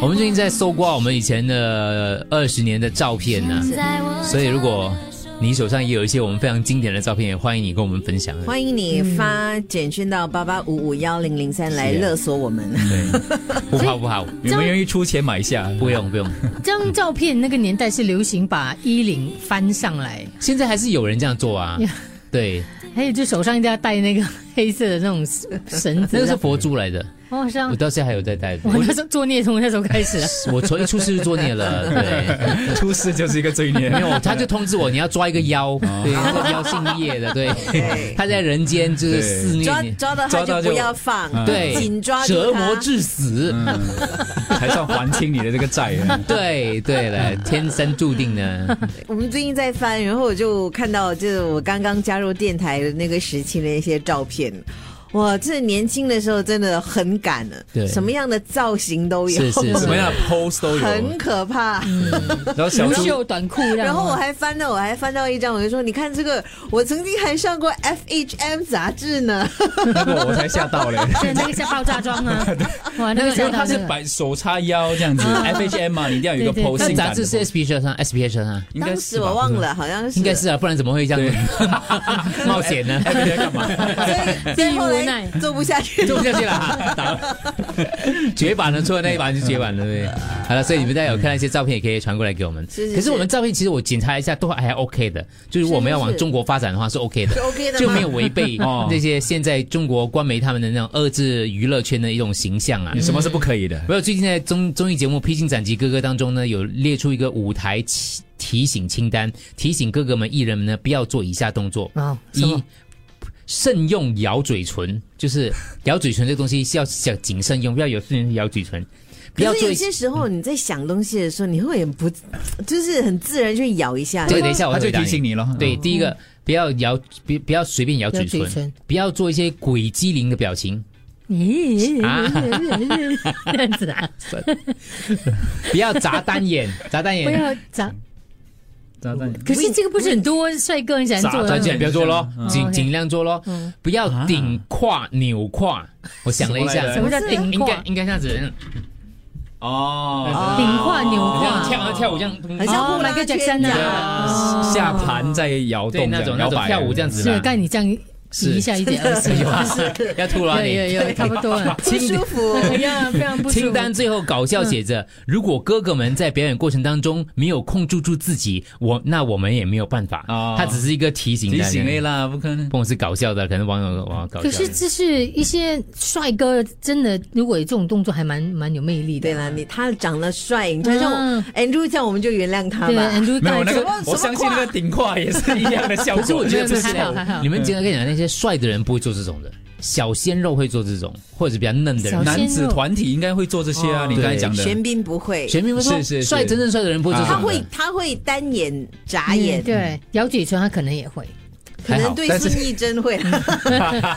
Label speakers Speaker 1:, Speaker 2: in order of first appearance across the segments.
Speaker 1: 我们最近在搜刮我们以前的二十年的照片呢、所以如果你手上也有一些我们非常经典的照片，也欢迎你跟我们分享。啊
Speaker 2: 欢迎你发简讯到八八五五幺零零三来
Speaker 1: 是
Speaker 2: 勒索我们。
Speaker 1: 不好不好，
Speaker 3: 这
Speaker 4: 你
Speaker 3: 样
Speaker 4: 们愿意出钱买下？
Speaker 1: 不用不用，
Speaker 3: 张照片那个年代是流行把衣领翻上来，
Speaker 1: 现在还是有人这样做啊。对，
Speaker 3: 还有就手上一定要戴那个黑色的那种绳
Speaker 1: 那个
Speaker 3: 子
Speaker 1: 是
Speaker 3: 的。
Speaker 1: 佛珠来的，
Speaker 3: 哦，是啊
Speaker 1: 我，到现在还有在戴。
Speaker 3: 我
Speaker 1: 我
Speaker 3: 那时候作孽从那时候开始了。
Speaker 1: 我从一出事就作孽了，对，
Speaker 4: 出事就是一个罪孽。
Speaker 1: 没有，他就通知我你要抓一个妖，对，那个妖姓叶的，对，他在人间就是肆虐
Speaker 2: 抓
Speaker 1: 你，
Speaker 2: 抓到他
Speaker 4: 抓到
Speaker 2: 就
Speaker 4: 就
Speaker 2: 不要放，
Speaker 1: 对，
Speaker 2: 紧抓住
Speaker 1: 折
Speaker 2: 他
Speaker 1: 磨致死，
Speaker 4: 才算还清你的这个债。
Speaker 1: 对对了，天生注定呢。
Speaker 2: 我们最近在翻，然后我就看到，就是我刚刚加入电台的那个时期的一些照片。哇，这年轻的时候真的很敢了，
Speaker 1: 对
Speaker 2: 什么样的造型都有，
Speaker 1: 是是是
Speaker 4: 怎么样 pose 都 有，
Speaker 2: 很可怕。
Speaker 1: 嗯
Speaker 4: 然后小
Speaker 3: 无
Speaker 4: 猪
Speaker 3: 袖短裤这
Speaker 2: 然
Speaker 3: 样，
Speaker 1: 啊
Speaker 2: 后我还翻到，我还翻到一张，我就说，你看这个，我曾经还上过 FHM 杂志呢。
Speaker 4: 那个我才吓到嘞。
Speaker 3: 对哦那个像爆炸装 啊，哇，那个
Speaker 4: 因为
Speaker 3: 像
Speaker 4: 他是摆手叉腰这样子
Speaker 3: 啊
Speaker 4: ，FHM 嘛，你一定要有一个
Speaker 3: 对对
Speaker 4: pose
Speaker 1: 那
Speaker 4: 性感
Speaker 1: 杂
Speaker 4: 的
Speaker 1: 志是
Speaker 4: pose
Speaker 1: S P 车上，S P 车上
Speaker 4: 应该
Speaker 2: 当
Speaker 4: 是
Speaker 2: 时
Speaker 4: 吧
Speaker 2: 我忘，了，好像是
Speaker 1: 应该是啊，不然怎么会这样 冒险呢？
Speaker 4: 哎你在干嘛？
Speaker 2: 所以所以后
Speaker 3: 逼无奈
Speaker 2: 来做不下去
Speaker 1: 做
Speaker 2: 了
Speaker 1: 不。下去了， 打了绝版了，出了那一版就绝版了，对不对？好了，所以你们大家有看到一些照片，也可以传过来给我们。
Speaker 2: 是是
Speaker 1: 可是我们
Speaker 2: 是
Speaker 1: 照片其实我检查一下，都还 OK 的，就是我们要
Speaker 2: 是
Speaker 1: 往
Speaker 2: 是
Speaker 1: 中国发展的话是 OK 的
Speaker 2: 是 OK 的吗
Speaker 1: 就没有违背
Speaker 4: 哦
Speaker 1: 那些现在中国官媒他们的那种遏制娱乐圈的一种形 象啊。
Speaker 4: 你什么是不可以的？
Speaker 1: 没有，最近在综综艺节目《披荆斩棘哥哥》当中呢，有列出一个舞台提提醒清单，提醒哥哥们艺人们呢不要做以下动作：
Speaker 3: 啊，什么
Speaker 1: 一，慎用咬嘴唇，就是咬嘴唇这个东西是要要谨慎用，不要有人咬嘴唇，不
Speaker 2: 可
Speaker 1: 要
Speaker 2: 是
Speaker 1: 做
Speaker 2: 有
Speaker 1: 一。
Speaker 2: 些时候你在想东西的时候，你会很不，就是很自然去咬一
Speaker 3: 啊
Speaker 2: 下。
Speaker 1: 这个等一下我
Speaker 4: 他就
Speaker 1: 回答
Speaker 4: 提醒你了。
Speaker 1: 对，第一个不要咬，不不要随便咬嘴
Speaker 3: 哦咬嘴
Speaker 1: 唇啊
Speaker 3: 唇，
Speaker 1: 不要做一些鬼机灵的表情，
Speaker 3: 咦，这样子啊，
Speaker 1: 不要眨单眼，眨单
Speaker 3: 不
Speaker 1: 眼，
Speaker 3: 要砸。
Speaker 4: 炸弹，
Speaker 3: 啊可是这个不是很多帅哥很喜欢做
Speaker 1: 眨
Speaker 3: 的
Speaker 1: 单
Speaker 3: 吗，
Speaker 1: 眼不要做咯，
Speaker 4: 嗯
Speaker 1: 尽
Speaker 3: 哦 OK 嗯
Speaker 1: 尽量做咯，不要顶胯扭胯。我想了一下，
Speaker 4: 什
Speaker 3: 什么叫顶
Speaker 1: 应该
Speaker 3: 胯？
Speaker 1: 应该这样子，嗯啊
Speaker 4: 哦，
Speaker 3: 顶胯扭
Speaker 1: 这
Speaker 3: 胯
Speaker 1: 样， 跳跳舞这样，
Speaker 2: 很像
Speaker 3: 哦
Speaker 2: 呼啦
Speaker 3: ，Michael
Speaker 2: 圈
Speaker 3: Jackson
Speaker 2: 这
Speaker 3: 啊
Speaker 2: 样
Speaker 3: 哦
Speaker 4: 下盘在摇
Speaker 1: 对
Speaker 4: 动
Speaker 1: 那
Speaker 4: 这
Speaker 1: 种
Speaker 4: 样
Speaker 1: 那
Speaker 4: 摇
Speaker 1: 种
Speaker 4: 摆
Speaker 1: 跳舞这样子
Speaker 3: 是
Speaker 1: 啦
Speaker 3: 刚，才你这样移一 下一点，
Speaker 1: 有 要吐了啊
Speaker 3: 有
Speaker 1: 你。
Speaker 3: 有有，差不 多了，
Speaker 2: 不舒 服。
Speaker 3: 哎呀，非常不舒服嗯
Speaker 1: 清单最后搞笑写着：如果哥哥们在表演过程当中没有控制住自己，我那我们也没有办法
Speaker 4: 哦。
Speaker 1: 它只是一个提醒，
Speaker 4: 提醒你，啦，不可能。
Speaker 1: 不管是搞笑的，可能网友网友搞笑
Speaker 3: 可
Speaker 1: 的。
Speaker 3: 是这是一些帅哥，真的，如果有这种动作，还蛮蛮有魅力的。
Speaker 2: 对啦，你他长得帅，你看像
Speaker 3: 嗯
Speaker 2: Andrew 这样，我们就原谅他
Speaker 3: 对
Speaker 2: 吧。
Speaker 3: ，Andrew
Speaker 4: 没有那个
Speaker 3: 刚才，
Speaker 2: 什么
Speaker 4: 我相信那个顶胯也是一样的效果。
Speaker 1: 可是我觉得这是
Speaker 3: 还好还好
Speaker 1: 你们经常跟你讲那些帅的人不会做这种的，小鲜肉会做这种，或者是比较嫩的人
Speaker 3: 小鲜。
Speaker 4: 男子团体应该会做这些啊，你刚才讲的。
Speaker 2: 玄彬不会，
Speaker 1: 全民会说
Speaker 4: 是是是
Speaker 1: 帅真正帅的人不会做这
Speaker 2: 他
Speaker 1: 种的。
Speaker 2: 会他会单眼眨
Speaker 3: 嗯
Speaker 2: 眼，
Speaker 3: 对，咬嘴唇他可能也会。
Speaker 1: 哦
Speaker 2: 可
Speaker 4: 还
Speaker 2: 能
Speaker 4: 好
Speaker 2: 对
Speaker 4: 但是
Speaker 2: 孙艺珍会，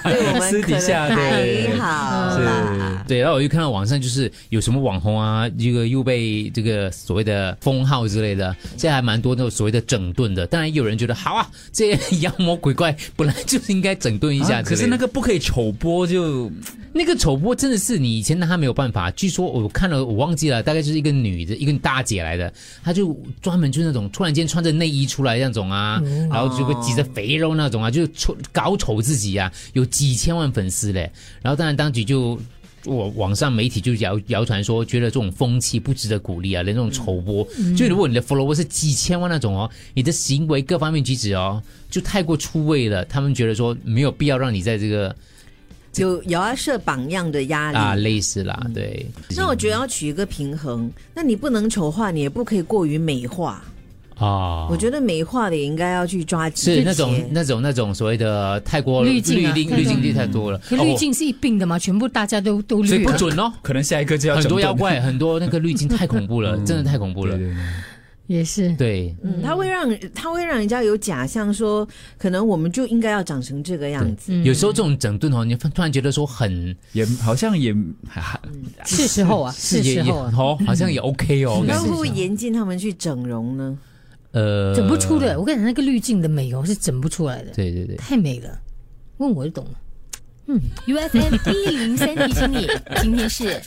Speaker 2: 对我们
Speaker 4: 私底下
Speaker 2: 可能
Speaker 4: 对
Speaker 2: 还好
Speaker 4: 是
Speaker 2: 啦。
Speaker 1: 对，然后我就看到网上就是有什么网红啊，这个又被这个所谓的封号之类的，现在还蛮多那种所谓的整顿的。当然，也有人觉得好啊，这些妖魔鬼怪本来就是应该整顿一下、
Speaker 4: 啊可是那。个不可以丑播就
Speaker 1: 那个丑播真的是你以前拿他没有办法。据说我看了，我忘记了，大概就是一个女的，一个大姐来的，她就专门就是那种突然间穿着内衣出来那种啊，
Speaker 2: 嗯
Speaker 1: 然后就会挤着肥肉那种啊，就丑搞丑自己啊，有几千万粉丝嘞。然后当然当局就。我网上媒体就谣谣传说，觉得这种风气不值得鼓励啊，连这种丑播，
Speaker 2: 嗯
Speaker 1: 就如果你的 follower 是几千万那种哦，你的行为各方面举止哦，就太过出位了，他们觉得说没有必要让你在这个
Speaker 2: 有有要设榜样的压力。
Speaker 1: 啊，类似啦，对。
Speaker 2: 那我觉得要取一个平衡，那你不能丑化，你也不可以过于美化。
Speaker 1: 啊，
Speaker 2: 我觉得美化的也应该要去抓紧
Speaker 1: 是
Speaker 2: 这
Speaker 1: 那
Speaker 2: 些
Speaker 1: 种那种那种所谓的太过
Speaker 3: 滤镜啊
Speaker 1: 滤镜
Speaker 3: 那种
Speaker 1: 滤镜率太
Speaker 4: 嗯
Speaker 1: 多了，
Speaker 3: 可
Speaker 1: 哦
Speaker 3: 滤镜是一并的嘛，全部大家都都
Speaker 1: 所以
Speaker 3: 绿
Speaker 1: 不
Speaker 3: 了。
Speaker 1: 准哦。
Speaker 4: 可能下一个就要
Speaker 1: 很
Speaker 4: 整
Speaker 1: 多
Speaker 4: 顿嗯
Speaker 1: 妖怪，很多那个滤镜太恐怖了，真的太恐怖了
Speaker 4: 对。对对
Speaker 3: 也是。
Speaker 1: 对，
Speaker 2: 嗯，它会让它会让人家有假象说，可能我们就应该要长成这个样子。
Speaker 3: 嗯
Speaker 1: 有时候这种整顿哦，你突然觉得说很
Speaker 4: 也好像也还还
Speaker 3: 是时候啊，是
Speaker 1: 也
Speaker 3: 时
Speaker 1: 也
Speaker 3: 候啊，
Speaker 1: 哦，好像也 OK 哦。
Speaker 2: 那
Speaker 1: 感
Speaker 2: 会
Speaker 1: 觉
Speaker 2: 不会严禁他们去整容呢？
Speaker 1: 呃，
Speaker 3: 整不出。的。我跟你讲，那个滤镜的美哦，是整不出来的，
Speaker 1: 对对对，
Speaker 3: 太美了。问我就懂了。嗯
Speaker 5: U F M 一零三提醒你，今天是